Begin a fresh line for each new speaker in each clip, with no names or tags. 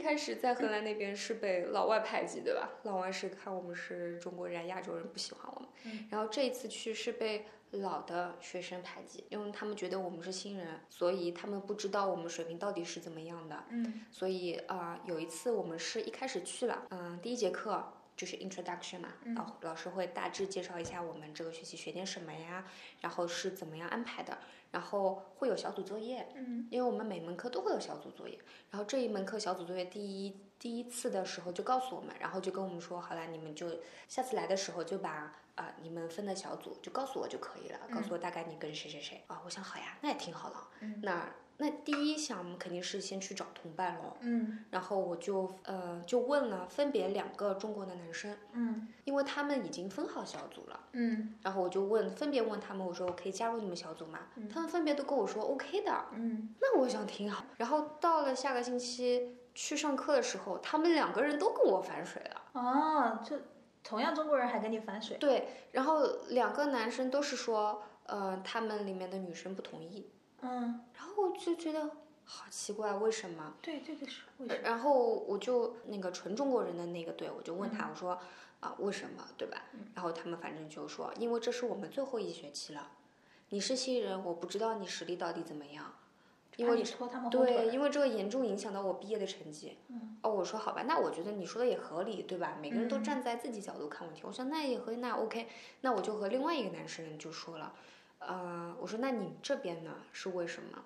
开始在
嗯
荷兰那边是被老外排挤，对吧？老外是看我们是中国人，亚洲人不喜欢我们。
嗯
然后这一次去是被老的学生排挤，因为他们觉得我们是新人，所以他们不知道我们水平到底是怎么样的。
嗯
所以啊、呃有一次我们是一开始去了，嗯、第一节课就是 introduction 嘛，
嗯
老老师会大致介绍一下我们这个学期学点什么呀，然后是怎么样安排的，然后会有小组作业，
嗯
因为我们每门课都会有小组作业，然后这一门课小组作业第一第一次的时候就告诉我们，然后就跟我们说，好了，你们就下次来的时候就把啊、你们分的小组就告诉我就可以了，告诉我大概你跟谁谁谁啊、我想好呀，那也挺好了，
嗯
那那第一项目肯定是先去找同伴喽，
嗯
然后我就呃就问了分别两个中国的男生，
嗯
因为他们已经分好小组了。
嗯
然后我就问，分别问他们，我说我可以加入你们小组吗？
嗯
他们分别都跟我说 OK 的，
嗯
那我想挺好。然后到了下个星期去上课的时候，他们两个人都跟我反水了。
哦，就同样中国人还跟你反水，
对，然后两个男生都是说，呃，他们里面的女生不同意。
嗯，
然后我就觉得好奇怪，为什么？
对对对是，为什么？
然后我就那个纯中国人的那个队，我就问
嗯
他，我说啊为什么，对吧？然后他们反正就说，因为这是我们最后一学期了，你是新人，我不知道你实力到底怎么样，因
怕
为
你拖他们后
对，
腿，
因为这个严重影响到我毕业的成绩。
嗯
哦，我说好吧，那我觉得你说的也合理，对吧？每个人都
嗯
站在自己角度看问题，我想那也合理，那 OK，那我就和另外一个男生就说了，呃，我说那你这边呢是为什么？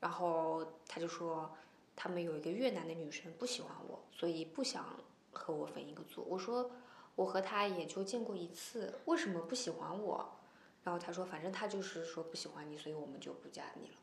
然后他就说他们有一个越南的女生不喜欢我，所以不想和我分一个组。我说我和他也就见过一次，为什么不喜欢我？然后他说反正他就是说不喜欢你，所以我们就不加你了。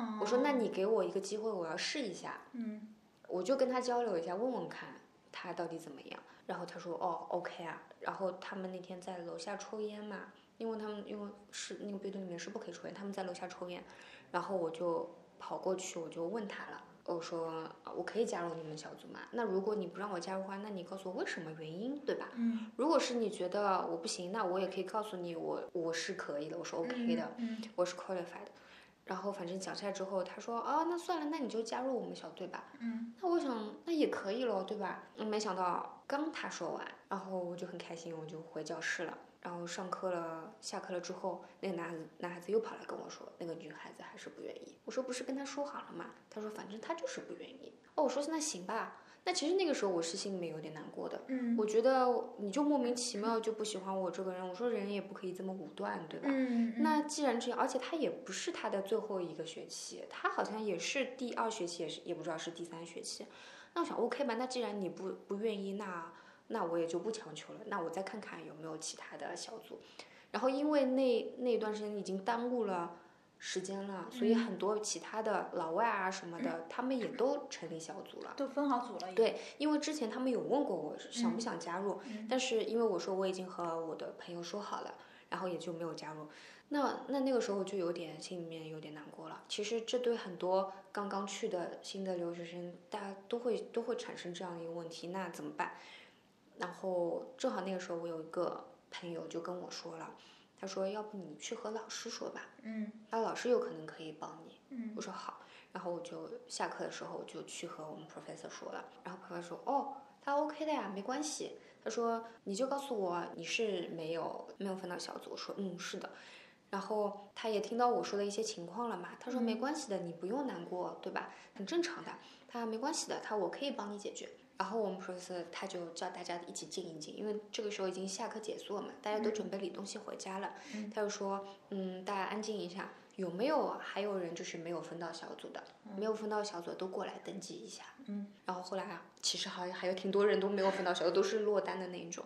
嗯
我说那你给我一个机会，我要试一下。
嗯
我就跟他交流一下，问问看他到底怎么样。然后他说哦，OK 啊。然后他们那天在楼下抽烟嘛，因为他们因为是那个乐队里面是不可以抽烟，他们在楼下抽烟。然后我就跑过去，我就问他了，我说啊我可以加入你们小组吗？那如果你不让我加入的话，那你告诉我为什么原因，对吧？
嗯
如果是你觉得我不行，那我也可以告诉你我我是可以的，我是 OK 的。
嗯
我是 qualified。然后反正讲下来之后，他说啊，那算了，那你就加入我们小队吧。
嗯
那我想那也可以咯，对吧？嗯没想到刚他说完，然后我就很开心，我就回教室了。然后上课了，下课了之后，那个男孩子男孩子又跑来跟我说，那个女孩子还是不愿意。我说不是跟他说好了吗？他说反正他就是不愿意。哦，我说那行吧。那其实那个时候我是心里面有点难过的，
嗯
我觉得你就莫名其妙就不喜欢我这个人，我说人也不可以这么武断，对吧？
嗯
那既然这样，而且他也不是他的最后一个学期，他好像也是第二学期，也是也不知道是第三学期。那我想 OK 吧，那既然你不不愿意，那那我也就不强求了。那我再看看有没有其他的小组。然后因为那那段时间已经耽误了时间了，所
嗯
以很多其他的老外啊什么的，他们也都成立小组了。
都分好组了，
对，因为之前他们有问过我想不想加入，
嗯
但是因为我说我已经和我的朋友说好了，然后也就没有加入。那那那个时候我就有点心里面有点难过了。其实这对很多刚刚去的新的留学生，大家都会都会产生这样的一个问题，那怎么办？然后正好那个时候我有一个朋友就跟我说了，他说要不你去和老师说吧，
嗯
那老师有可能可以帮你。
嗯
我说好，然后我就下课的时候我就去和我们 professor 说了，然后 professor 说哦，他 OK 的呀，没关系。他说你就告诉我你是没有没有分到小组，我说嗯是的。然后他也听到我说的一些情况了嘛，他说没关系的，你不用难过，对吧？很正常的。他说没关系的，他我可以帮你解决。然后我们 professor 他就叫大家一起静一静，因为这个时候已经下课结束了嘛，大家都准备理东西回家了。他就说，嗯，大家安静一下，有没有还有人就是没有分到小组的，没有分到小组的都过来登记一下。
嗯，
然后后来啊，其实好像还有挺多人都没有分到小组，都是落单的那一种，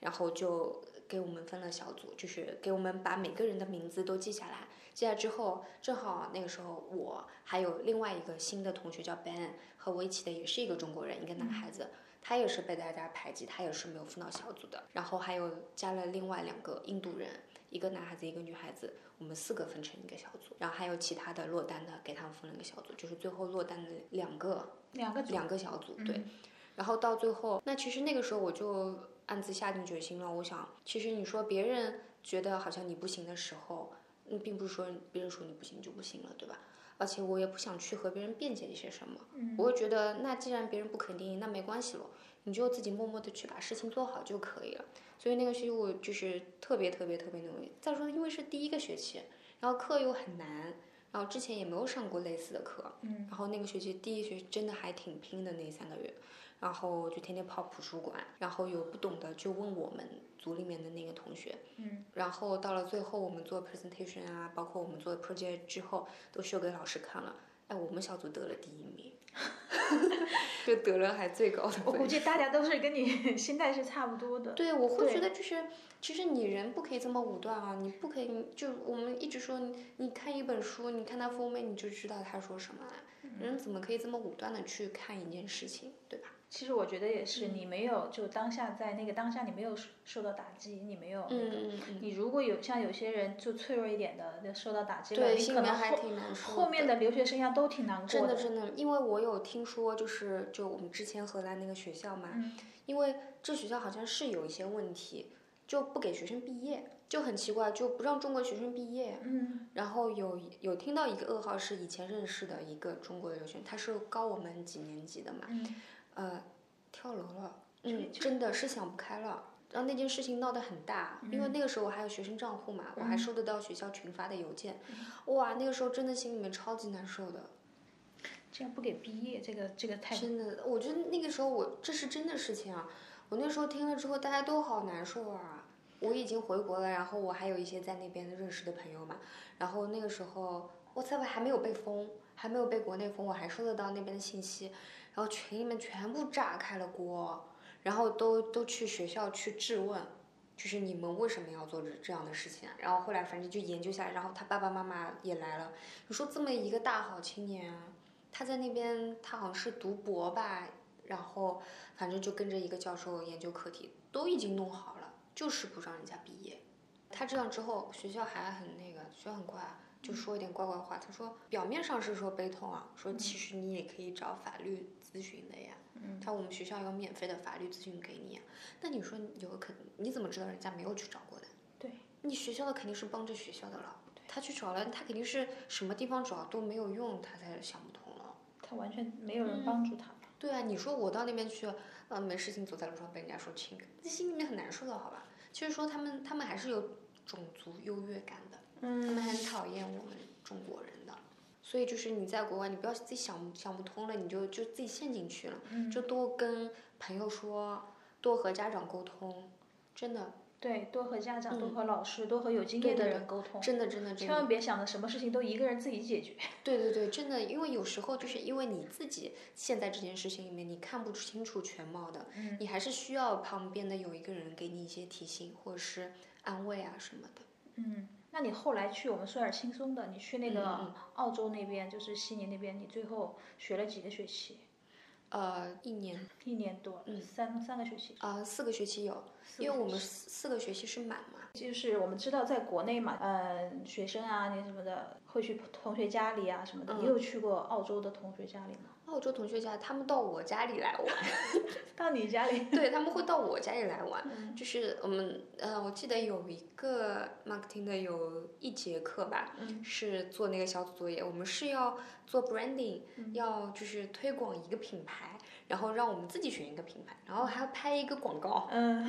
然后就给我们分了小组，就是给我们把每个人的名字都记下来。记下来之后，正好那个时候我还有另外一个新的同学叫 Ben，和我一起的也是一个中国人，一个男孩子。他也是被大家排挤，他也是没有分到小组的。然后还有加了另外两个印度人，一个男孩子，一个女孩子，我们四个分成一个小组。然后还有其他的落单的，给他们分了一个小组，就是最后落单的两个
两个组，
两个小组，对。
嗯
然后到最后，那其实那个时候我就暗自下定决心了。我想，其实你说别人觉得好像你不行的时候，嗯并不是说别人说你不行就不行了，对吧？而且我也不想去和别人辩解一些什么。
嗯
我会觉得，那既然别人不肯定，那没关系了，你就自己默默的去把事情做好就可以了。所以那个学期我就是特别特别特别努力。再说，因为是第一个学期，然后课又很难，然后之前也没有上过类似的课，
嗯
然后那个学期第一学期真的还挺拼的那三个月，然后就天天泡图书馆，然后有不懂的就问我们组里面的那个同学，
嗯
然后到了最后，我们做 presentation 啊，包括我们做 project 之后，都秀给老师看了。哎，我们小组得了第一名， 就得了还最高的
我估
分。
计大家都是跟你心态是差不多的。
对，我会
对
觉得就是，其实你人不可以这么武断啊，你不可以就我们一直说你，你看一本书，你看它封面你就知道他说什么了、人怎么可以这么武断的去看一件事情，对吧？
其实我觉得也是，你没有就当下在那个当下你没有受受到打击，你没有那个。
嗯嗯嗯，
你如果有像有些人就脆弱一点的，就受到打击了，
对，
你
心
可
里面
能
还
后
挺难受
后面
的
的留学生涯都挺难
真
过
的。真的，因为我有听说，就是就我们之前荷兰那个学校嘛，
嗯
因为这学校好像是有一些问题，就不给学生毕业，就很奇怪，就不让中国学生毕业。
嗯
然后有有听到一个噩耗是以前认识的一个中国留学生，他是高我们几年级的嘛，
嗯，
呃，跳楼了，
就
嗯，
就
真的是想不开了。然后那件事情闹得很大，因为那个时候我还有学生账户嘛，我还收得到学校群发的邮件，哇，那个时候真的心里面超级难受的。
这样不给毕业，这个这个太
真的，我觉得那个时候我这是真的事情啊！我那时候听了之后，大家都好难受啊！我已经回国了，然后我还有一些在那边认识的朋友嘛，然后那个时候 WhatsApp 还没有被封，还没有被国内封，我还收得到那边的信息，然后群里面全部炸开了锅，然后都都去学校去质问。就是你们为什么要做这这样的事情啊？然后后来反正就研究下来，然后他爸爸妈妈也来了。你说这么一个大好青年啊，他在那边，他好像是读博吧，然后反正就跟着一个教授研究课题，都已经弄好了，就是不让人家毕业。他这样之后，学校还很那个，学校很乖啊，就说一点怪怪话。他说表面上是说悲痛啊，说其实你也可以找法律咨询的呀。
嗯
他说我们学校有免费的法律咨询给你呀、啊那你说有个肯，你怎么知道人家没有去找过呢？
对，
你学校的肯定是帮着学校的了。他去找了，他肯定是什么地方找都没有用，他才想不通了。
他完全没有人帮助他。
对啊，你说我到那边去，呃，没事情走在路上被人家说 c 那心里面很难受的，好吧？就是说他们他们还是有种族优越感的，
嗯
他们很讨厌我们中国人的。所以就是你在国外，你不要自己想想不通了，你就就自己陷进去了，
嗯，
就多跟朋友说，多和家长沟通，真的，
对，多和家长、多
嗯
和老师、多和有经
对
验的
对
人沟通，
真的，真的，真
千
的。
万别想着什么事情都一个人自己 解决。
对对对，真的，因为有时候就是因为你自己陷在这件事情里面，你看不清楚全貌的，
嗯
你还是需要旁边的有一个人给你一些提醒或者是安慰啊什么的。
嗯，那你后来去我们说点轻松的，你去那
嗯
个澳洲那边，就是悉尼那边，你最后学了几个学期？
呃，一年
一年多，三三个学期。
呃四个学期有，
四
嗯
个
因为
学
我
期
们四四个学期是满嘛。
就是我们知道，在国内嘛，嗯，学生啊，那什么的，会去同学家里啊什么的。
嗯
你有去过澳洲的同学家里吗？
澳洲同学家他们到我家里来玩，
到你家里？
对他们会到我家里来玩，就是我们呃，我记得有一个 marketing 的有一节课吧，
嗯
是做那个小组作业，我们是要做 branding，、要就是推广一个品牌，然后让我们自己选一个品牌，然后还要拍一个广告，
嗯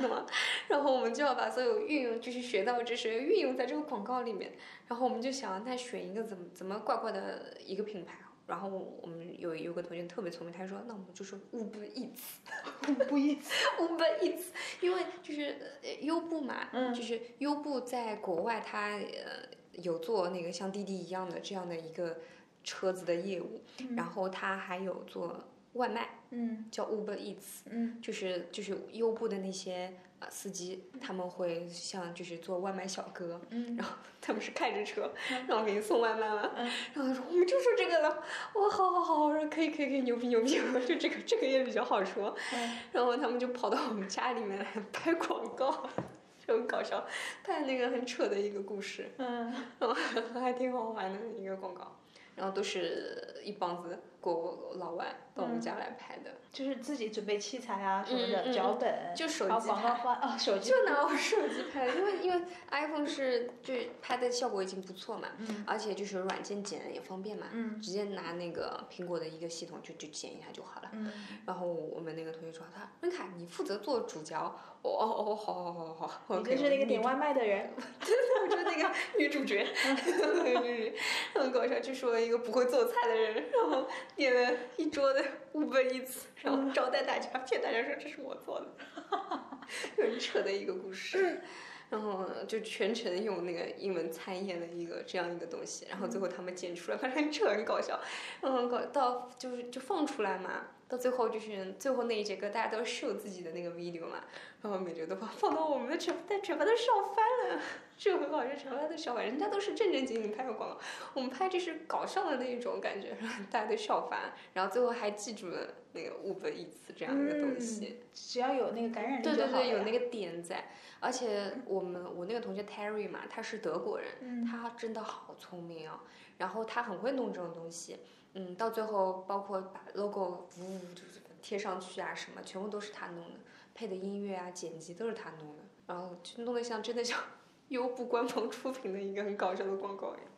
然后我们就要把所有运用就是学到的知识运用在这个广告里面，然后我们就想那选一个怎么怎么怪怪的一个品牌。然后我们有有个同学特别聪明，他就说：“那我们就是 Uber Eats，Uber Eats，Uber Eats，因为就是呃优步嘛，
嗯
就是优步在国外它呃有做那个像滴滴一样的这样的一个车子的业务，
嗯
然后它还有做外卖，
嗯
叫 Uber Eats，
嗯
就是就是优步的那些呃司机，他们会像就是做外卖小哥，
嗯，
然后他们是开着车
嗯
然后给你送外卖嘛，
嗯
然后他说我们就说这个了，我好好好，我说可以可以可以，牛逼 牛逼，我说这个这个也比较好说，
嗯
然后他们就跑到我们家里面来拍广告， 就很搞笑，拍那个很扯的一个故事，
嗯
然后还挺好玩的一个广告，然后都是一帮子国老外到我们家来拍的，
就是自己准备器材啊什么
嗯嗯
的，
嗯
脚本，
就手
把
机
广告
拍。
发啊，手机
就拿我手机拍的，因为因 为 iPhone 是就拍的效果已经不错嘛，
嗯
而且就是软件剪的也方便嘛，
嗯
直接拿那个苹果的一个系统就就剪一下就好了。
嗯，
然后我们那个同学说他任凯，你负责做主角，我哦哦哦，好好好好好，我
你就是那个点
外，
外卖的人，
我就是那个女主角， 就是很搞笑，就说一个不会做菜的人，然后点了一桌的五本一次，然后招待大家，骗大家说这是我做的， 很扯的一个故事。然后就全程用那个英文参演了一个这样一个东西，然后最后他们剪出来，反正很扯，很搞笑。嗯，搞到就是就放出来嘛，到最后就是最后那一节课，大家都秀自己的那个 video 嘛，然后每节都放放到我们的惩但惩罚都笑翻了，这很好笑，惩罚都笑翻，人家都是正正经经拍个广告，我们拍这是搞笑的那一种感觉，然后大家都笑翻，然后最后还记住了那个 Uber Eats 这样一个东西。
只要有那个感染力
对
就
对
好了
对，有
呀
那个点在，而且我们我那个同学 Terry 嘛，他是德国人，
嗯
他真的好聪明啊、然后他很会弄这种东西，嗯，到最后包括把 logo 呜呜就是贴上去啊什么，全部都是他弄的，配的音乐啊剪辑都是他弄的，然后就弄得像真的像 优步官方出品的一个很搞笑的广告一样，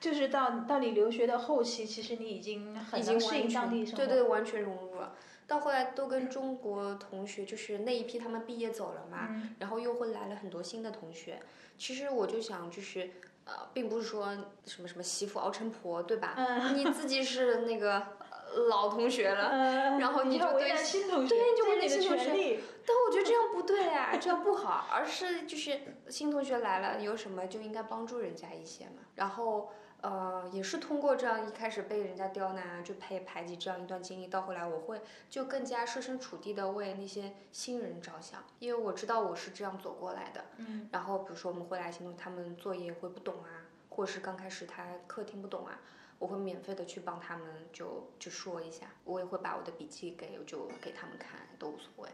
就是到到你留学的后期，其实你已经很
已
能
经
适应
完
当地
全
生活。
对对完全融入了。到后来都跟中国同学，就是那一批他们毕业走了嘛，
嗯
然后又会来了很多新的同学。其实我就想，就是呃，并不是说什么什么媳妇熬成婆，对吧？
嗯
你自己是那个呃老同学了，
嗯，
然后你
要
就
为
对
难新同学，
对就为
这是
难
你的
新同学
权利。
但我觉得这样不对啊，这样不好，而是就是新同学来了，有什么就应该帮助人家一些嘛。然后呃，也是通过这样一开始被人家刁难啊，就被排挤这样一段经历，到后来我会就更加设身处地的为那些新人着想，因为我知道我是这样走过来的。
嗯
然后比如说我们回来行动，他们作业会不懂啊，或者是刚开始他课听不懂啊，我会免费的去帮他们就就说一下，我也会把我的笔记给就给他们看，都无所谓。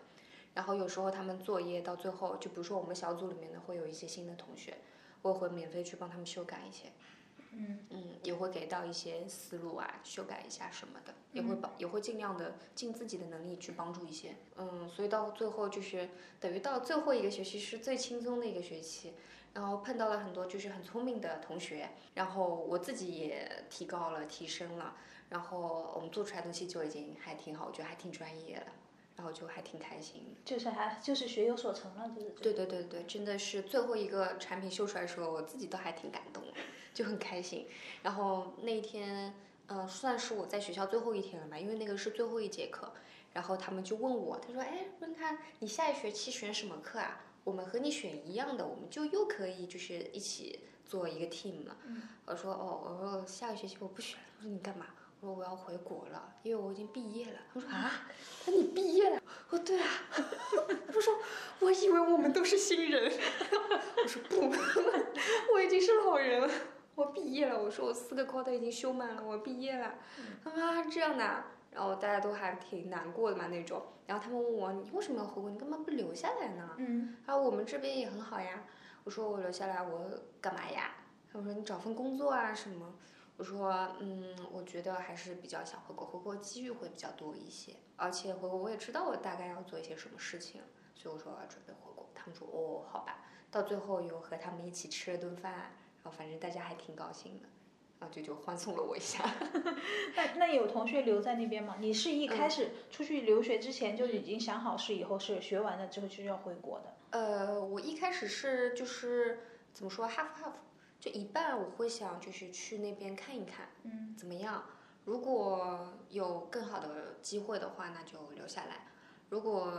然后有时候他们作业到最后，就比如说我们小组里面呢会有一些新的同学，我也会免费去帮他们修改一些，
嗯
嗯，也会给到一些思路啊，修改一下什么的，也会帮，也会尽量的尽自己的能力去帮助一些，嗯，所以到最后就是等于到最后一个学期是最轻松的一个学期，然后碰到了很多就是很聪明的同学，然后我自己也提高了，提升了，然后我们做出来的东西就已经还挺好，我觉得还挺专业了，然后就还挺开心的。
就是还就是学有所成了，就是这
对对对对，真的是最后一个产品秀出来的时候，我自己都还挺感动的，就很开心。然后那一天，呃，算是我在学校最后一天了吧，因为那个是最后一节课。然后他们就问我，他说：“哎，问看你下一学期选什么课啊？我们和你选一样的，我们就又可以就是一起做一个 team 了。
嗯
我说：“哦，我说下个学期我不选了。”我说：“你干嘛？”我说：“我要回国了，因为我已经毕业了。”他说：“啊，他说你毕业了？”我说：“对啊。” 他说：“我以为我们都是新人。” 我说：“不， 我已经是老人了，我毕业了。”我说：“我四个 quarter 已经修满了，我毕业了。”他说：“啊，这样的啊。”然后大家都还挺难过的嘛那种。然后他们问我：“你为什么要回国？你干嘛不留下来呢？”
嗯
啊，我们这边也很好呀。我说我留下来我干嘛呀？他们说你找份工作啊什么？我说嗯，我觉得还是比较想回国，回国机遇会比较多一些，而且回国我也知道我大概要做一些什么事情，所以我说我要准备回国。他们说哦，好吧。到最后有和他们一起吃了顿饭，然后反正大家还挺高兴的，然后就就欢送了我一下。
那那有同学留在那边吗？你是
嗯
一开始出去留学之前就已经想好是以后是学完了之后就要回国的？
呃，我一开始是就是怎么说 half half，就一半我会想就是去那边看一看。
嗯
怎么样？如果有更好的机会的话，那就留下来；如果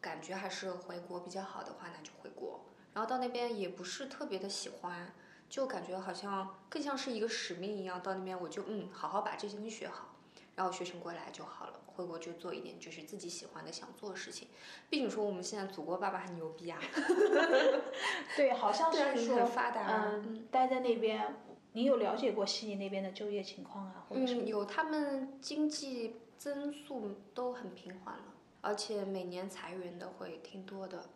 感觉还是回国比较好的话，那就回国。然后到那边也不是特别的喜欢，就感觉好像更像是一个使命一样。到那边我就嗯，好好把这些东西学好，然后学成归来就好了。回国就做一点就是自己喜欢的、想做的事情。毕竟说我们现在祖国爸爸很牛逼啊，
对，好像
对啊，
是
你
说
很发达啊。嗯
嗯，待在那边，你有了解过悉尼那边的就业情况啊，或者是
嗯，有他们经济增速都很平缓了，而且每年裁员的会挺多的。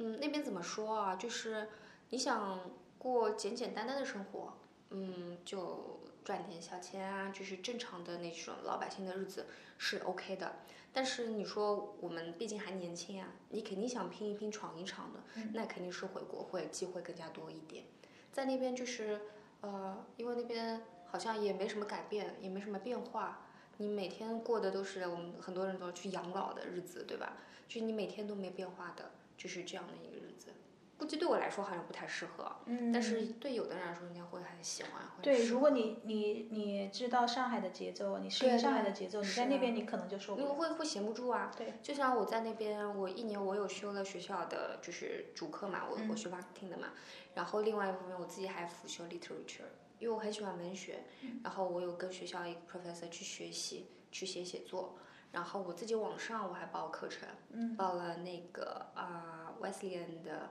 嗯，那边怎么说啊？就是你想过简简单单的生活，嗯，就赚点小钱啊，就是正常的那种老百姓的日子是 OK 的。但是你说我们毕竟还年轻呀、你肯定想拼一拼、闯一闯的，
嗯
那肯定是回国会机会更加多一点。在那边就是呃，因为那边好像也没什么改变，也没什么变化。你每天过的都是我们很多人都去养老的日子，对吧？就你每天都没变化的，就是这样的一个日子。估计对我来说好像不太适合，
嗯，
但是对有的人来说应该会很喜欢。会
对，
适
如果
合
你你你知道上海的节奏，你适
对
应上海
对
的节奏，你
是啊
在
的
那边你可能就受不
因为
了。
会会闲不住啊。
对，
就像我在那边，我一年我有修了学校的就是主课嘛，我、我
嗯
学 marketing 的嘛，然后另外一方面我自己还辅修 literature，因为我很喜欢文学，
嗯
然后我有跟学校一个 professor 去学习去写写作，然后我自己网上我还报课程，
嗯
报了那个啊、呃 Wesleyan 的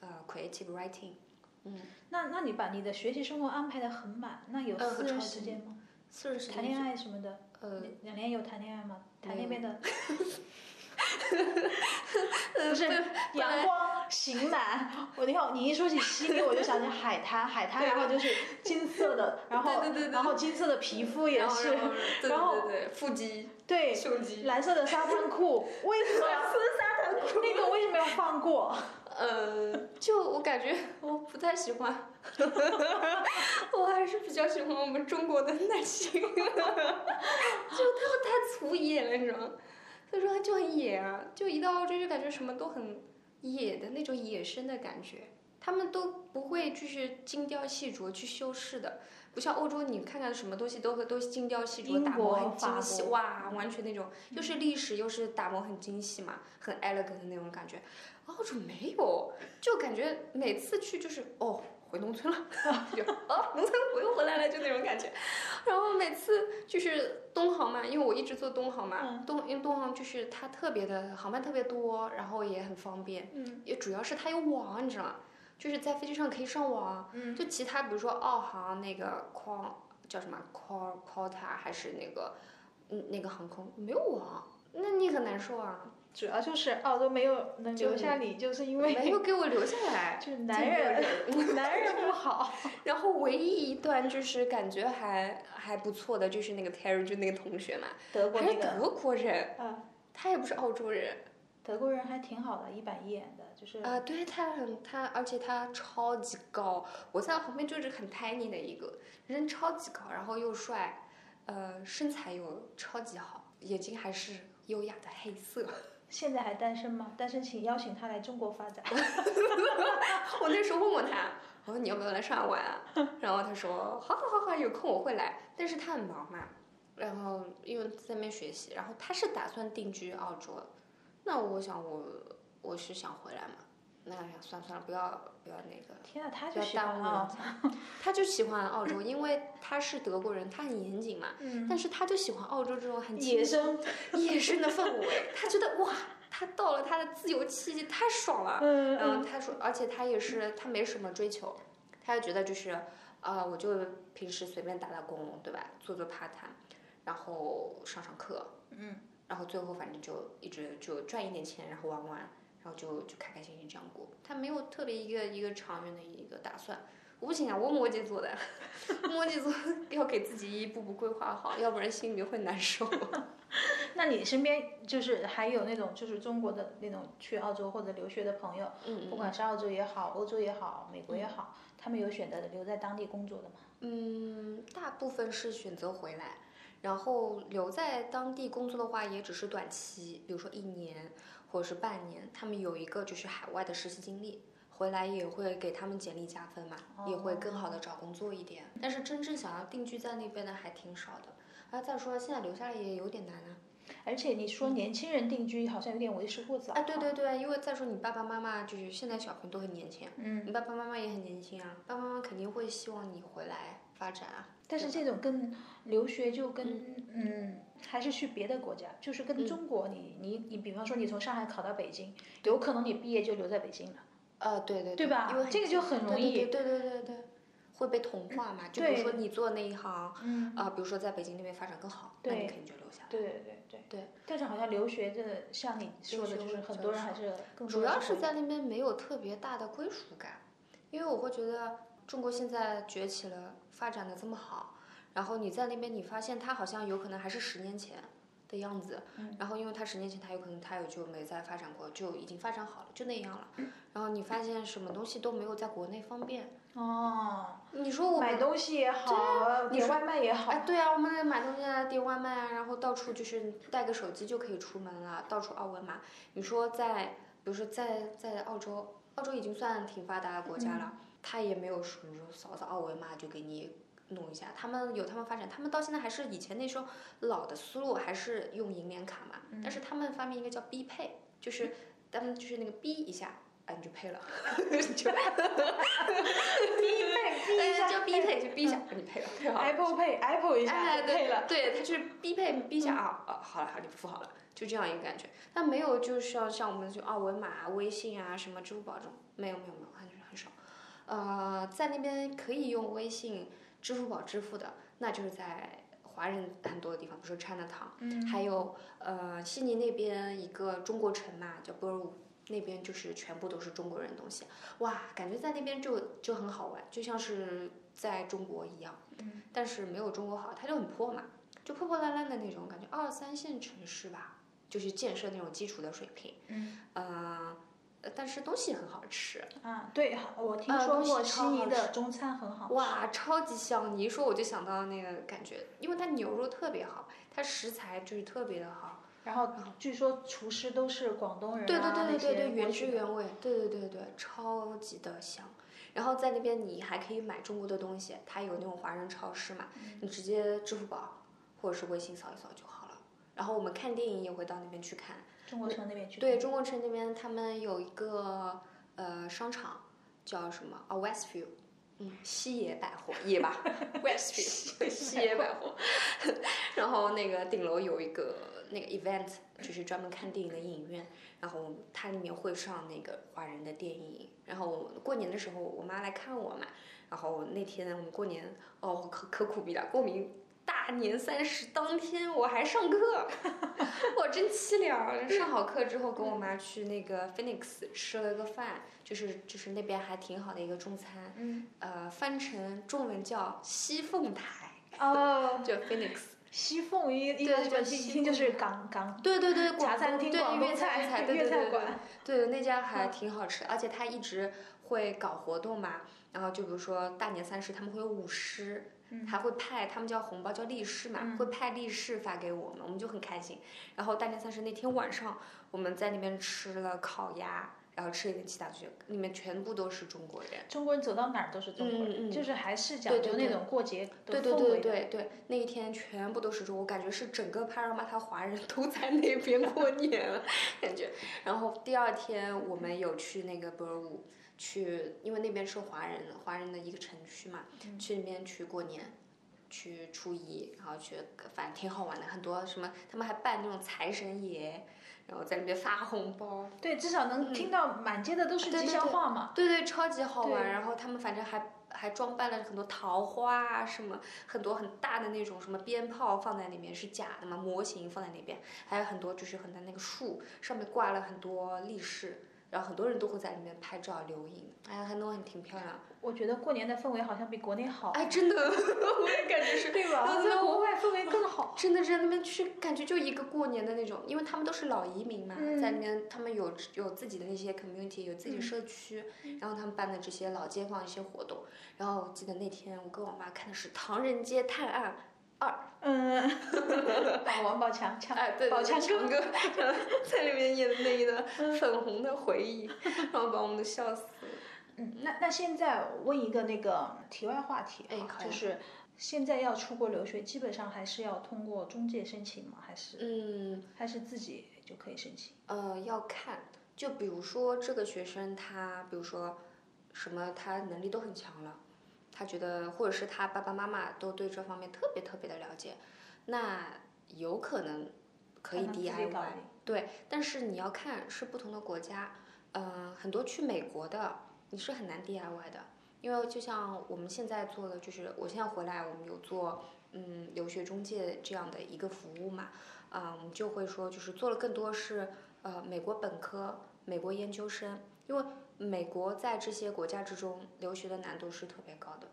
呃 creative writing，嗯，
那那你把你的学习生活安排的很满，那有
呃
私
超
人
级
时间吗？
私人时
谈
间
恋
是
爱什么的？
呃
两两年有谈恋爱吗？谈
没
那
有
边的不
呃
是阳光型男，我你好，你一说起悉尼，我就想起海滩，海滩，然后就是金 色的，然后
啊对对对对
然后金色的皮肤也
然后
是，
然后对
然
对
后
对对腹肌
对，
胸肌。
蓝色的沙滩裤，为什么要
沙滩裤
那个为什么要放过？
呃，就我感觉我不太喜欢， 我还是比较喜欢我们中国的 男性，就他们太粗野了，你知道吗？所以说就很野啊，就一到澳洲就感觉什么都很野的那种野生的感觉，他们都不会就是精雕细琢去修饰的，不像欧洲，你看看什么东西都都精雕细琢，
英
打磨
国
很精
法
细，
国嗯
哇，完全那种又是历史又是打磨很精细嘛，很 elegant 的那种感觉。澳洲没有，就感觉每次去就是哦，回农村了，就哦，农村我又回来了，就那种感觉。然后每次就是东航嘛，因为我一直坐东航嘛，
嗯
东因为东航就是它特别的航班特别多，然后也很方便，
嗯
也主要是它有网，你知道吗？就是在飞机上可以上网，
嗯，
就其他，比如说澳航那个匡叫什么 Call Quota 还是那个嗯那个航空没有网，那你很难受啊，
主要就是澳洲没有能
就
留下你，就是因为
没有给我留下来。
就是男 人，男人不好。
然后唯一一段就是感觉还还不错的，就是那个 Terry 就那个同学嘛，
德国
还
那
是
个，
德国人，
啊，
他也不是澳洲人
德国人还挺好的，一板一眼的，就是
啊、对他很他，而且他超级高，我在旁边就是很 tiny 的一个人，超级高，然后又帅，呃，身材又超级好，眼睛还是优雅的黑色。
现在还单身吗？单身请邀请他来中国发展。
我那时候问过他，我说你要不要来上海玩 啊？然后他说好好好好，有空我会来，但是他很忙嘛。然后因为在那边学习，然后他是打算定居澳洲，那我想我我是想回来嘛，那想算了算了，不要不要那个，
天呐，他
不
就
要
喜
耽
欢
误
啊，
人家。他就喜欢澳 洲，因为他是德国人，他很严谨嘛，
嗯，
但是他就喜欢澳洲这种很
野
轻松
生，
野生的氛围，他觉得哇，他到了他的自由气息，太爽了。
嗯
嗯，
嗯，
他说，而且他也是，他没什么追求，他就觉得就是，啊、我就平时随便打打工，对吧？做做 part time，然后上上课，
嗯，
然后最后反正就一直就赚一点钱，然后玩玩，然后就就开开心心这样过。他没有特别一个一个长远的一个打算。我不行啊，我摩羯座的， 摩羯座 要给自己一步步规划好，要不然心里会难受。
那你身边就是还有那种就是中国的那种去澳洲或者留学的朋友，
嗯
不管是澳洲也好，欧洲也好，美国也好，他们有选择留在当地工作的吗？
嗯，大部分是选择回来，然后留在当地工作的话，也只是短期，比如说一年或者是半年。他们有一个就是海外的实习经历，回来也会给他们简历加分嘛，也会更
哦
好的找工作一点。但是真正想要定居在那边的还挺少的。而再说现在留下来也有点难啊。
而且你说年轻人定居好像有点为时过早。
嗯啊，对，对对，因为再说你爸爸妈妈就是现在小朋友都很年轻啊，
嗯，
你爸爸妈妈也很年轻啊，爸爸妈妈肯定会希望你回来发展啊。
但是这种跟留学就跟嗯还是去别的国家，就是
嗯
跟中国你、你你，比方说你从上海考到北京，有可能你毕业就留在北京了，
呃，对对
对吧
因为很
这个就很容易
对对对对对对，会被同化嘛。就比如说你做那一行，
嗯，
啊、比如说在北京那边发展更好，那你肯定就留下来。
对对对对
对。
但是好像留学这像你说的，
留
就
学
是
会
很
比
多
较
人还是更
主
多
要
的
是
会
在那边没有特别大的归属感，因为我会觉得中国现在崛起了，发展的这么好，然后你在那边，你发现他好像有可能还是十年前的样子，
嗯
然后因为他十年前他有可能他也就没再发展过，就已经发展好了，就那样了。
嗯
然后你发现什么东西都没有在国内方便，
哦，
你说我
买
们
东西也好，啊点外卖也好，
哎，对啊，我们买东西啊，点外卖啊，然后到处就是带个手机就可以出门了，到处二维码。你说在，比如说在在澳洲，澳洲已经算挺发达的国家了，
嗯
他也没有什么说扫扫二维码就给你弄一下，他们有他们发展，他们到现在还是以前那时候老的思路，还是用银联卡嘛，
嗯
但是他们发明一个叫 B 配，就是他们就是那个 B 一下。哎，你就配 了，就哎
逼配哎逼一下，
就 B 配就 B 一下，哦你配了，配好了。
Apple Pay Apple 一下
哎，
就
对
配了，
对，他就是逼配逼下啊，啊，好了好了，你付好了，就这样一个感觉。但没有就是像像我们就二维码啊、微信啊、什么支付宝这种，没有没有没有，很很少。呃，在那边可以用微信、支付宝支付的，那就是在华人很多的地方，比如说 China Town，、
嗯
还有呃悉尼那边一个中国城嘛，叫 b o r o 那边就是全部都是中国人的东西，哇，感觉在那边就就很好玩，就像是在中国一样，
嗯
但是没有中国好，它就很破嘛，就破破烂烂的那种感觉。二三线城市吧，就是建设那种基础的水平，
嗯
呃，呃但是东西很好吃，
啊，对，我听
呃
说
东西
过悉
超好
尼的中餐很好，
哇，超级香！你一说我就想到那个感觉，因为它牛肉特别好，它食材就是特别的好，
然后据说厨师都是广东人啊，
对对对对对对，
那些
原
过
汁
去的
原味，对对对对，超级的香。然后在那边你还可以买中国的东西，它有那种华人超市嘛，
嗯
你直接支付宝或者是微信扫一扫就好了。然后我们看电影也会到那边去看，
中国城那边去，
对，中国城那边他们有一个呃商场叫什么啊 Westview，嗯，西野百货野 吧，Westview 西野百货。 然后那个顶楼有一个那个 event，就是专门看电影的影院，然后它里面会上那个华人的电影。然后我过年的时候，我妈来看我嘛，然后那天我们过年哦可可苦逼了，过年大年三十当天我还上课。 我真凄凉。上好课之后，跟我妈去那个 Phoenix 吃了个饭，就是就是那边还挺好的一个中餐，
嗯
呃，翻成中文叫西凤台，
哦，
就 Phoenix。
西凤一一
对
到日本
叫
去
西
一听就是港港
对对对，
茶
广
餐
东
厅、
对
广
粤
东
菜
菜、
对
粤
对
菜
对对
馆，
对，那家还挺好吃的，而且他一直会搞活动嘛。然后就比如说大年三十他们会有舞狮，
嗯
还会派他们叫红包叫利是嘛，
嗯
会派利是发给我们，我们就很开心。然后大年三十那天晚上，我们在那边吃了烤鸭，然后吃了一点其他东西，里面全部都是中国人。
中国人走到哪儿都是中国人，
嗯嗯
就是还是
对
讲
对
究那
对
种过节
对
的
对
氛
对
围的。
对对，那一天全部都是中，我感觉是整个帕拉马塔华人都在那边 过年了，感觉。然后第二天我们有去那个博尔武，去，因为那边是华人华人的一个城区嘛，
嗯
去那边去过年。去初一，然后去，反正挺好玩的，很多什么，他们还办那种财神爷，然后在那边发红包，
对，至少能听到满街的都
嗯
是
对
吉
对
祥
对
话嘛。
对对，超级好玩。
对
然后他们反正还还装扮了很多桃花啊，什么很多很大的那种什么鞭炮放在那边是假的嘛，模型放在那边，还有很多就是很多那个树上面挂了很多立式，然后很多人都会在里面拍照留影，哎，还弄得挺漂亮。
我觉得过年的氛围好像比国内好，
哎，真的，我也 感觉是。
对吧？
嗯
在国外氛围更好。
真的是那边去，感觉就一个过年的那种，因为他们都是老移民嘛，
嗯
在那边他们有有自己的那些 community，有自己的社区，然后他们办的这些老街坊一些活动。然后我记得那天我跟我妈看的是《唐人街探案
嗯， 把王宝强》，强，
哎，对，
宝
对
强
对
哥
强哥 在里面演的那一段粉红的回忆，然后把我们都笑死了。
嗯，那那现在问一个那个题外话题
哎
啊，
好呀
就是现在要出国留学，基本上还是要通过中介申请吗？还是
嗯，
还是自己就可以申请？
呃，要看，就比如说这个学生他，比如说什么，他能力都很强了，他觉得或者是他爸爸妈妈都对这方面特别特别的了解，那有可能可以
他们自己搞
DIY，
定
对，但是你要看是不同的国家，嗯、很多去美国的你是很难 DIY 的，因为就像我们现在做的，就是我现在回来，我们有做嗯留学中介这样的一个服务嘛，啊、我们就会说就是做了更多是呃美国本科、美国研究生，因为美国在这些国家之中留学的难度是特别高的，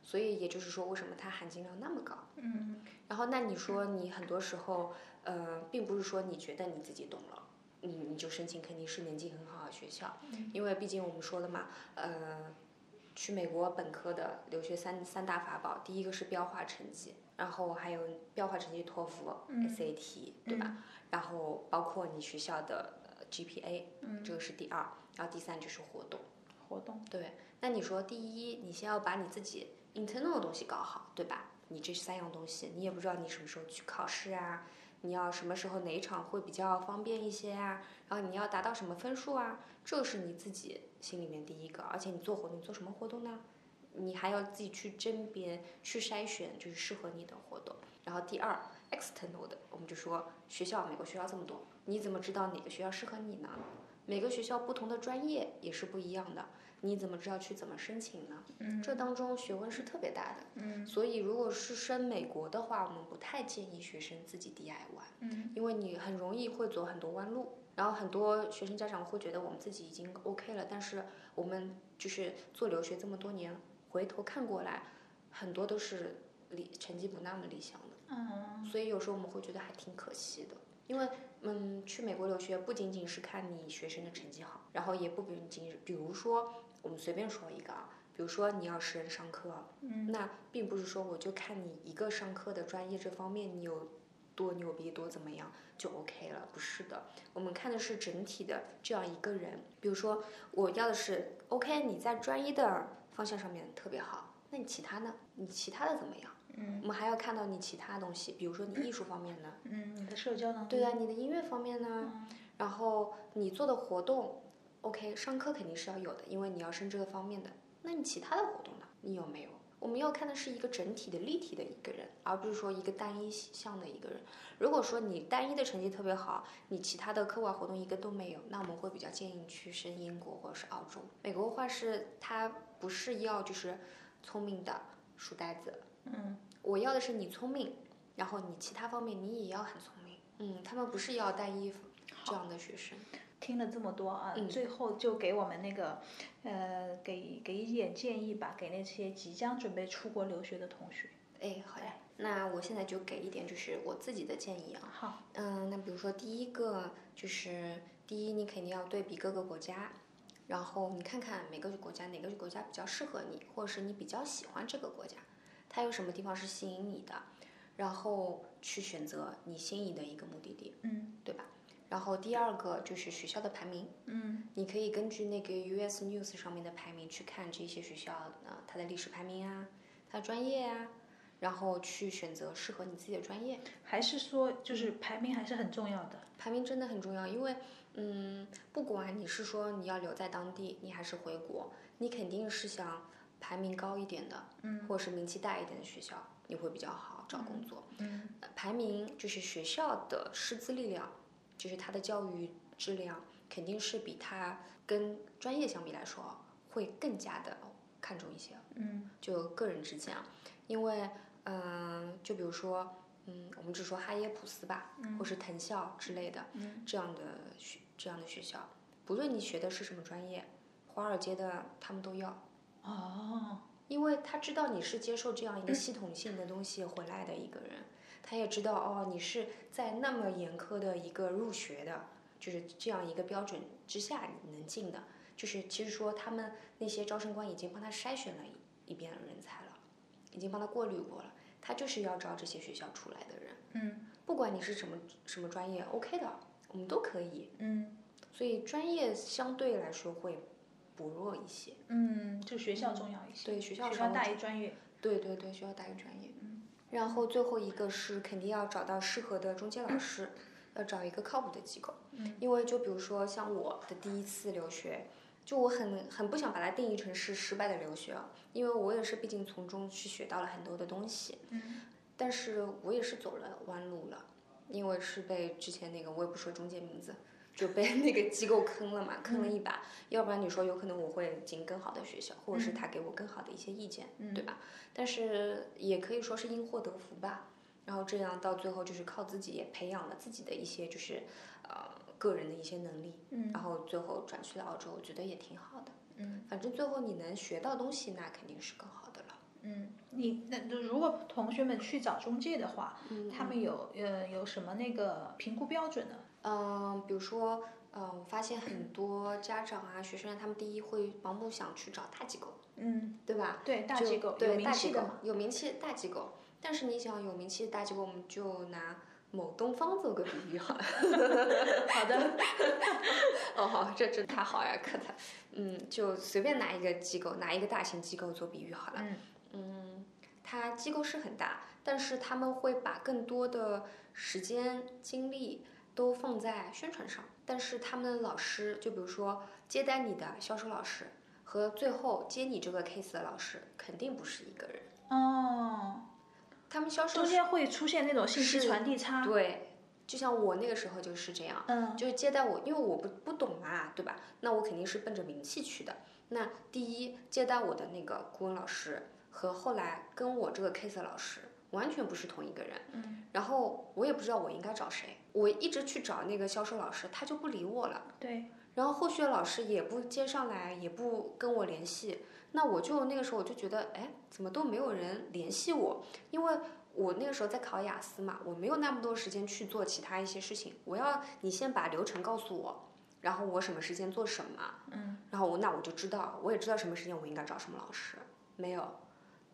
所以也就是说，为什么它含金量那么高？
嗯，
然后那你说你很多时候，呃，并不是说你觉得你自己懂了，你你就申请肯定是年纪很好的学校，
嗯
因为毕竟我们说了嘛，呃，去美国本科的留学三三大法宝，第一个是标化成绩，然后还有标化成绩托福、
嗯
SAT，对吧？然后包括你学校的呃 GPA，、这个
嗯
是第二，然后第三就是活动。
活动，
对，那你说第一，你先要把你自己 internal 的东西搞好，对吧？你这三样东西，你也不知道你什么时候去考试啊，你要什么时候哪一场会比较方便一些啊，然后你要达到什么分数啊，这是你自己心里面第一个。而且你做活动，你做什么活动呢？你还要自己去甄别、去筛选，就是适合你的活动。然后第二，external 的，我们就说学校，美国学校这么多，你怎么知道哪个学校适合你呢？每个学校不同的专业也是不一样的，你怎么知道去怎么申请呢？
嗯
这当中学问是特别大的。
嗯
所以，如果是申美国的话，我们不太建议学生自己 DIY，
嗯
因为你很容易会走很多弯路。然后很多学生家长会觉得我们自己已经 OK 了，但是我们就是做留学这么多年，回头看过来，很多都是理成绩不那么理想的。
嗯
所以有时候我们会觉得还挺可惜的，因为嗯，去美国留学不仅仅是看你学生的成绩好，然后也不仅仅是，比如说我们随便说一个啊，比如说你要十人上课，啊
嗯
那并不是说我就看你一个上课的专业这方面你有多牛逼多怎么样就 OK 了，不是的，我们看的是整体的这样一个人。比如说我要的是 OK，你在专一的方向上面特别好，那你其他呢？你其他的怎么样？
嗯
我们还要看到你其他东西，比如说你艺术方面呢，
嗯，你的社交能力，
对啊，你的音乐方面呢，
嗯
然后你做的活动，OK，上课肯定是要有的，因为你要升这个方面的。那你其他的活动呢？你有没有？我们要看的是一个整体的立体的一个人，而不是说一个单一项的一个人。如果说你单一的成绩特别好，你其他的课外活动一个都没有，那我们会比较建议你去申英国或者是澳洲。美国的话是它不是要就是聪明的书呆子，
嗯
我要的是你聪明，然后你其他方面你也要很聪明。嗯，他们不是要单一这样的学生。
听了这么多啊，
嗯
最后就给我们那个，呃，给给一点建议吧，给那些即将准备出国留学的同学。
哎，好呀
哎。
那我现在就给一点就是我自己的建议啊。
好，
嗯，那比如说第一个就是第一，你肯定要对比各个国家，然后你看看每个国家哪个国家比较适合你，或者是你比较喜欢这个国家，它有什么地方是吸引你的，然后去选择你心仪的一个目的地，
嗯
对吧？然后第二个就是学校的排名，
嗯
你可以根据那个 US News 上面的排名去看这些学校呃它的历史排名啊，它的专业啊，然后去选择适合你自己的专业。
嗯还是说就是排名还是很重要的。
排名真的很重要，因为嗯，不管你是说你要留在当地，你还是回国，你肯定是想排名高一点的，
嗯
或者是名气大一点的学校，你会比较好找工作。
嗯
呃排名就是学校的师资力量，就是它的教育质量，肯定是比它跟专业相比来说会更加的看重一些。
嗯
就个人之见啊，因为嗯、呃就比如说嗯，我们只说哈耶普斯吧，或是藤校之类的，
嗯
这样的学这样的学校，不论你学的是什么专业，华尔街的他们都要，
哦，
因为他知道你是接受这样一个系统性的东西回来的一个人，他也知道哦，你是在那么严苛的一个入学的，就是这样一个标准之下你能进的，就是其实说他们那些招生官已经帮他筛选了一一遍人才了，已经帮他过滤过了，他就是要招这些学校出来的人，
嗯
不管你是什么什么专业，OK 的，我们都可以，
嗯
所以专业相对来说会薄弱一些，
嗯，就学校重要一些。
对学校
学
稍
校
微
大于专业。
对对对，学校大于专业。
嗯
然后最后一个是肯定要找到适合的中介老师，要找一个靠谱的机构。
嗯
因为就比如说像我的第一次留学，就我很很不想把它定义成是失败的留学啊，因为我也是毕竟从中去学到了很多的东西，
嗯
但是我也是走了弯路了，因为是被之前那个我也不说中介名字。就被那个机构坑了嘛，坑
嗯
了一把。要不然你说有可能我会进更好的学校，或者是他给我更好的一些意见，
嗯
对吧？但是也可以说是因祸得福吧。然后这样到最后就是靠自己也培养了自己的一些就是呃个人的一些能力，
嗯
然后最后转去了澳洲，我觉得也挺好的。
嗯
反正最后你能学到东西，那肯定是更好的了。
嗯，你那如果同学们去找中介的话，他们有呃有什么那个评估标准呢？
嗯，比如说，嗯，我发现很多家长啊、学生啊，他们第一会盲目想去找大机构，
嗯，
对吧？
对，大
就
机构有
对
名
大
气
机
的
构
嘛，
有名气的大机构。但是你想有名气的大机构，我们就拿某东方做个比喻好了。
好的，
哦，好，这真太好呀， 可太，嗯，就随便拿一个机构，拿一个大型机构做比喻好了。
嗯
嗯，它机构是很大，但是他们会把更多的时间精力都放在宣传上。但是他们的老师，就比如说接待你的销售老师和最后接你这个 case 的老师，肯定不是一个人。
哦，
他们销售
中间会出现那种信息
是
传递差，
对，就像我那个时候就是这样，
嗯
就是接待我，因为我不不懂嘛，对吧？那我肯定是奔着名气去的。那第一接待我的那个顾问老师和后来跟我这个 case 的老师完全不是同一个人，
嗯，
然后我也不知道我应该找谁，我一直去找那个销售老师，他就不理我了。
对，
然后后续的老师也不接上来，也不跟我联系。那我就那个时候我就觉得，哎，怎么都没有人联系我？因为我那个时候在考雅思嘛，我没有那么多时间去做其他一些事情。我要你先把流程告诉我，然后我什么时间做什么，
嗯，
然后我那我就知道，我也知道什么时间我应该找什么老师。没有。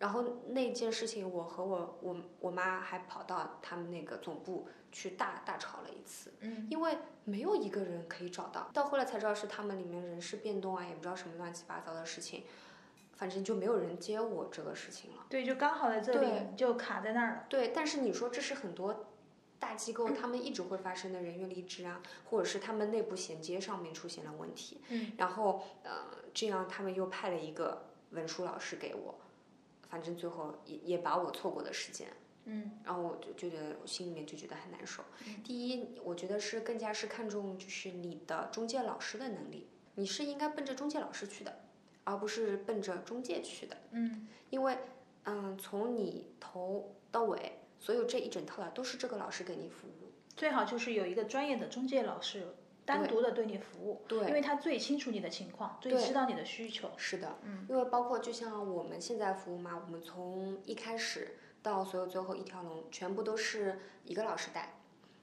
然后那件事情，我和我我我妈还跑到他们那个总部去大大吵了一次。
嗯
因为没有一个人可以找到。到后来才知道是他们里面人事变动啊，也不知道什么乱七八糟的事情，反正就没有人接我这个事情了。
对，就刚好在这里
对
就卡在那儿了，
对，但是你说这是很多大机构他们一直会发生的人员离职啊，或者是他们内部衔接上面出现了问题，
嗯，
然后呃，这样他们又派了一个文书老师给我，反正最后也也把我错过的时间。
嗯
然后我就就觉得我心里面就觉得很难受。第一，我觉得是更加是看重就是你的中介老师的能力，你是应该奔着中介老师去的，而不是奔着中介去的，
嗯
因为嗯，从你头到尾，所有这一整套的啊都是这个老师给你服务。
最好就是有一个专业的中介老师单独的对你服务，因
对，
为他最清楚你的情况，最
对
知道你的需求，
是的，
嗯，
因为包括就像我们现在服务嘛，我们从一开始到所有最后一条龙，全部都是一个老师带。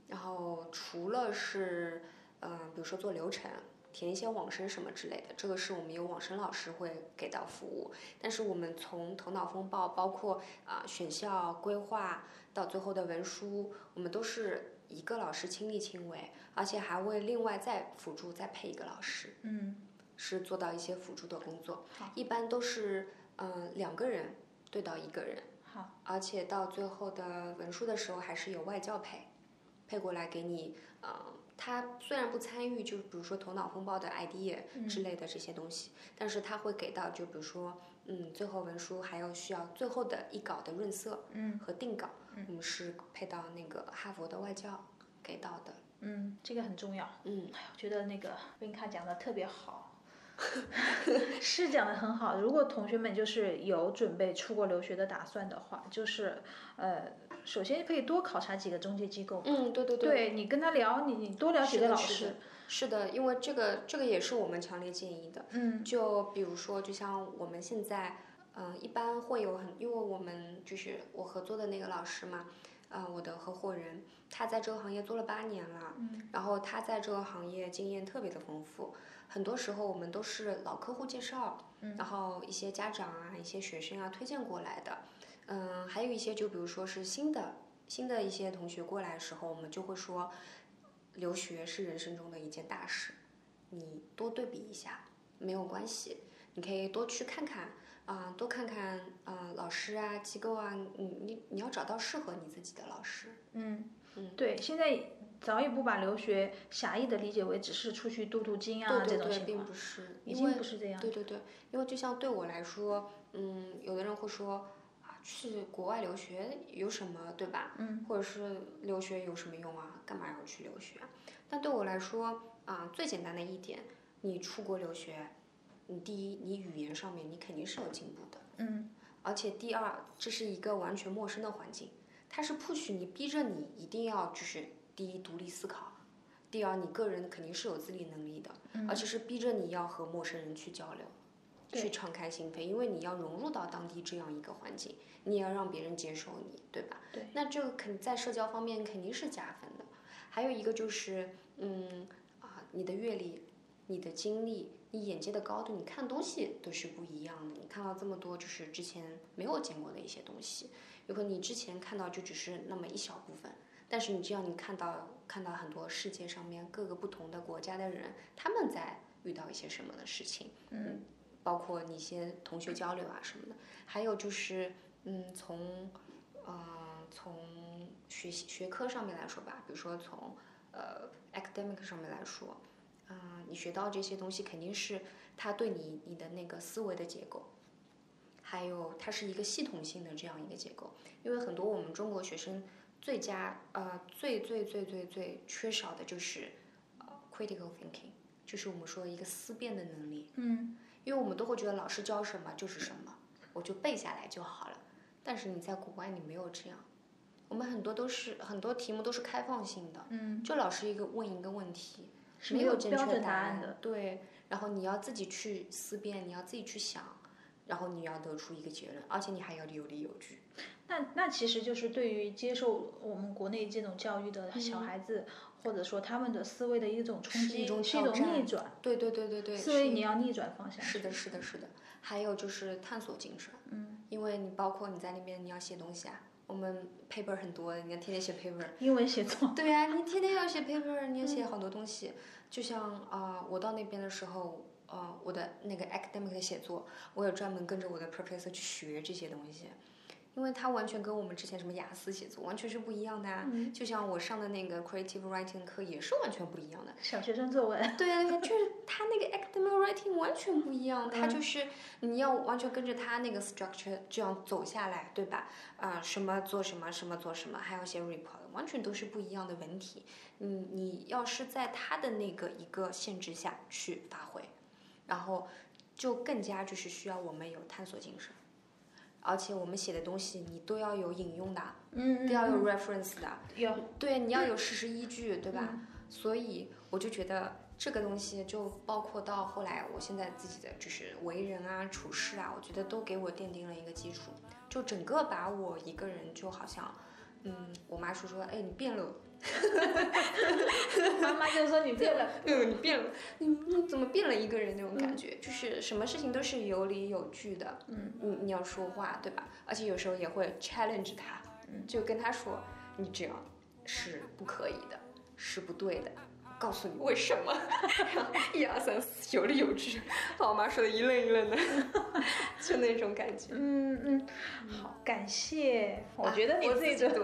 然后除了是，嗯、比如说做流程、填一些网申什么之类的，这个是我们有网申老师会给到服务。但是我们从头脑风暴，包括啊、选校规划到最后的文书，我们都是一个老师亲力亲为，而且还会另外再辅助再配一个老师。
嗯
是做到一些辅助的工作
好，
一般都是嗯、呃两个人对到一个人，
好，
而且到最后的文书的时候还是有外教配，配过来给你，嗯、他虽然不参与，就是比如说头脑风暴的 idea
嗯
之类的这些东西，但是他会给到，就比如说，嗯，最后文书还有需要最后的一稿的润色
嗯
和定稿，
嗯
我们是配到那个哈佛的外教给到的，
嗯，这个很重要。
嗯，
哎呀我觉得那个温卡讲的特别好， 是讲的很好。如果同学们就是有准备出国留学的打算的话，就是呃，首先可以多考察几个中介机构，
嗯，对对对，
对你跟他聊，你你多聊几
是
个
的
老
是的
师，
是的，因为这个这个也是我们强烈建议的。
嗯
就比如说，就像我们现在，嗯、一般会有很，因为我们就是我合作的那个老师嘛，嗯、我的合伙人，他在这个行业做了八年了，
嗯
然后他在这个行业经验特别的丰富，很多时候我们都是老客户介绍，
嗯
然后一些家长啊、一些学生啊推荐过来的，嗯，还有一些就比如说是新的新的一些同学过来的时候，我们就会说，留学是人生中的一件大事，你多对比一下没有关系，你可以多去看看。啊、多看看，嗯、老师啊，机构啊，你你你要找到适合你自己的老师。
嗯
嗯
对，现在早已不把留学狭义的理解为只是出去镀镀金啊
对
这
对
种
对，
情
并
况，
不是，
已
因
经
为
不是这样
对对对，因为就像对我来说，嗯，有的人会说啊，去国外留学有什么，对吧？
嗯，
或者是留学有什么用啊？干嘛要去留学啊？但对我来说，啊、最简单的一点，你出国留学，你第一，你语言上面你肯定是有进步的，
嗯
而且第二，这是一个完全陌生的环境，它是 push 你，逼着你一定要就是第一独立思考，第二你个人肯定是有自理能力的，而且是逼着你要和陌生人去交流，去敞开心扉，因为你要融入到当地这样一个环境，你也要让别人接受你，对吧？
对。
那这个肯在社交方面肯定是加分的。还有一个就是，嗯啊，你的阅历、你的经历、你眼界的高度，你看东西都是不一样的。你看到这么多，就是之前没有见过的一些东西，有可能你之前看到就只是那么一小部分，但是你这样你看到看到很多世界上面各个不同的国家的人，他们在遇到一些什么的事情。
嗯，
包括你一些同学交流啊什么的，还有就是，嗯，从，呃，从学习学科上面来说吧，比如说从呃 academic 上面来说，嗯、你学到这些东西肯定是它对你你的那个思维的结构，还有它是一个系统性的这样一个结构，因为很多我们中国学生最佳呃最最最最最缺少的就是呃 critical thinking，就是我们说的一个思辨的能力。
嗯，
因为我们都会觉得老师教什么就是什么，我就背下来就好了。但是你在国外你没有这样，我们很多都是很多题目都是开放性的，
嗯，
就老师一个问一个问题，
是
没
没有
正
标
确
准
答
答案的。
对，然后你要自己去思辨，你要自己去想，然后你要得出一个结论，而且你还要有理有据。
那那其实就是对于接受我们国内这种教育的小孩子，或者说他们的思维的一种冲
嗯是一
击，
种
是一
挑
种
战
逆转。
对对对对对，
思
是
维
一
你要逆转方向。
是的，是的，是的。还有就是探索精神，
嗯，
因为你包括你在那边你要写东西啊，我们 paper 很多，你要天天写 paper。
英文写作。嗯
对呀、你天天要写 paper，你要写好多东西。就像啊、呃我到那边的时候，呃，我的那个 academic 的写作，我也专门跟着我的 professor 去学这些东西，因为它完全跟我们之前什么雅思写作完全是不一样的啊。
嗯
就像我上的那个 creative writing 课也是完全不一样的。
小学生作文，
对，就是他那个 academic writing 完全不一样，
嗯
他就是你要完全跟着他那个 structure 这样走下来，对吧？啊、什么做什么，什么做什么，还有写 report，完全都是不一样的文体。你你要是在他的那个一个限制下去发挥，然后就更加就是需要我们有探索精神，而且我们写的东西你都要有引用的，啊
嗯
都要有
嗯
reference 的，
有
对，你要有事实依据，对吧？所以我就觉得这个东西，就包括到后来我现在自己的就是为人啊、处事啊，我觉得都给我奠定了一个基础，就整个把我一个人就好像，嗯，我妈说说，哎，你变了，
妈妈就说你 变了，
嗯，你变了，你你怎么变了一个人那种感觉，就是什么事情都是有理有据的，
嗯，
你你要说话对吧？而且有时候也会 challenge 他，
嗯
就跟他说你这样是不可以的，是不对的，告诉你为什么， 然后一二三四有理有据，把我妈说的一愣一愣的， 就那种感觉。
嗯嗯，好，感谢，我
啊
觉得你
我
自己
己
觉
读，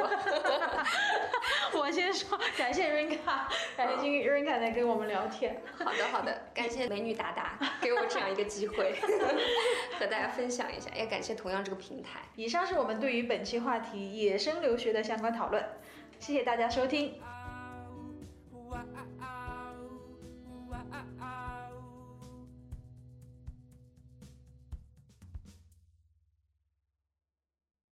我先说，感谢 Rinka，感谢
嗯
Rinka 在跟我们聊天。
好的好的，感谢美女达达给我这样一个机会， 和大家分享一下，也感谢同样这个平台。
以上是我们对于本期话题野生留学的相关讨论，谢谢大家收听，